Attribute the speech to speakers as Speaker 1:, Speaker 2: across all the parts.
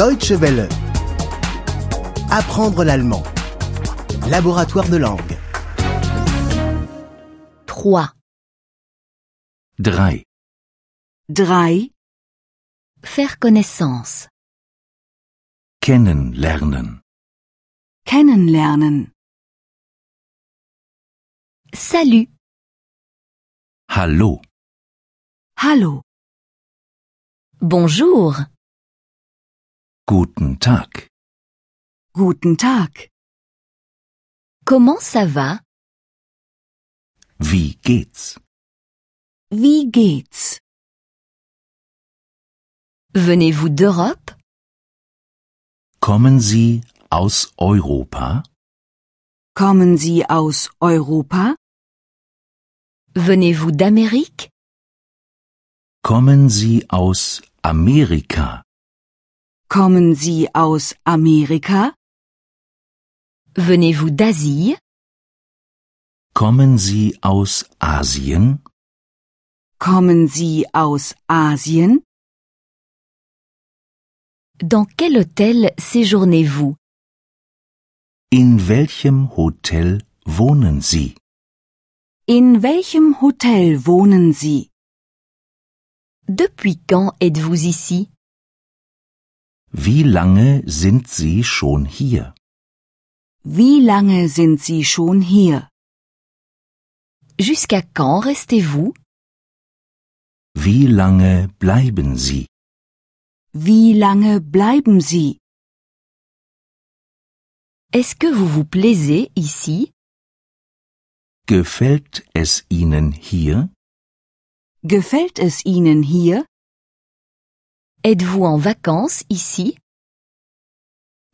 Speaker 1: Deutsche Welle. Apprendre l'allemand. Laboratoire de langue.
Speaker 2: 3.
Speaker 3: 3.
Speaker 4: 3.
Speaker 2: Faire connaissance.
Speaker 3: Kennenlernen.
Speaker 4: Kennenlernen.
Speaker 2: Salut.
Speaker 3: Hallo.
Speaker 4: Hallo.
Speaker 2: Bonjour.
Speaker 3: Guten Tag.
Speaker 4: Guten Tag.
Speaker 2: Comment ça va?
Speaker 3: Wie geht's?
Speaker 4: Wie geht's?
Speaker 2: Venez-vous d'Europe?
Speaker 3: Kommen Sie aus Europa?
Speaker 4: Kommen Sie aus Europa?
Speaker 2: Venez-vous d'Amérique?
Speaker 3: Kommen Sie aus Amerika?
Speaker 4: Kommen Sie aus Amerika?
Speaker 2: Venez-vous d'Asie?
Speaker 3: Kommen Sie aus Asien?
Speaker 4: Kommen Sie aus Asien?
Speaker 2: Dans quel hôtel séjournez-vous?
Speaker 3: In welchem Hotel wohnen Sie?
Speaker 4: In welchem Hotel wohnen Sie?
Speaker 2: Depuis quand êtes-vous ici?
Speaker 3: Wie lange sind Sie schon hier?
Speaker 4: Wie lange sind Sie schon hier?
Speaker 2: Jusqu'à quand restez-vous?
Speaker 3: Wie lange bleiben Sie?
Speaker 4: Wie lange bleiben Sie?
Speaker 2: Est-ce que vous vous plaisez ici?
Speaker 3: Gefällt es Ihnen hier?
Speaker 4: Gefällt es Ihnen hier?
Speaker 2: Êtes-vous en vacances ici?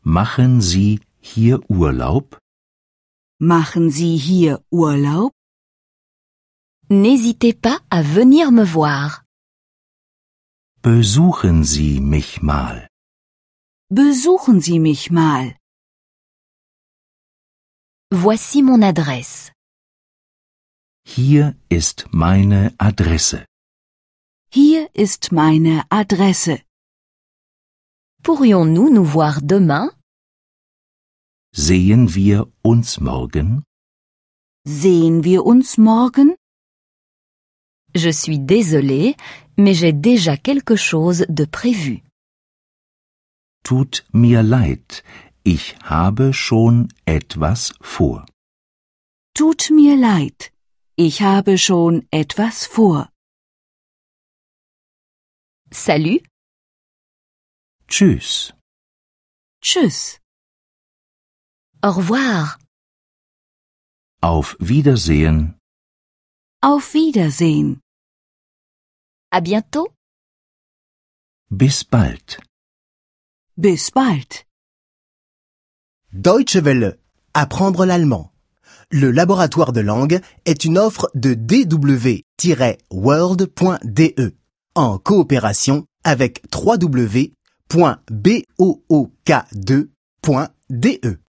Speaker 3: Machen Sie hier Urlaub?
Speaker 4: Machen Sie hier Urlaub?
Speaker 2: N'hésitez pas à venir me voir.
Speaker 3: Besuchen Sie mich mal.
Speaker 4: Besuchen Sie mich mal.
Speaker 2: Voici mon adresse.
Speaker 3: Hier ist meine Adresse.
Speaker 4: Hier ist meine Adresse.
Speaker 2: Pourrions-nous nous voir demain?
Speaker 3: Sehen wir uns morgen?
Speaker 4: Sehen wir uns morgen?
Speaker 2: Je suis désolée, mais j'ai déjà quelque chose de prévu.
Speaker 3: Tut mir leid, ich habe schon etwas vor.
Speaker 4: Tut mir leid. Ich habe schon etwas vor.
Speaker 2: Salut,
Speaker 3: Tschüss.
Speaker 4: Tschüss.
Speaker 2: au revoir.
Speaker 3: Auf Wiedersehen.
Speaker 4: Auf Wiedersehen.
Speaker 2: À bientôt.
Speaker 3: Bis bald.
Speaker 4: Bis bald.
Speaker 1: Deutsche Welle. Apprendre l'allemand. Le laboratoire de langue est une offre de dw-world.de E. en coopération avec www.book2.de.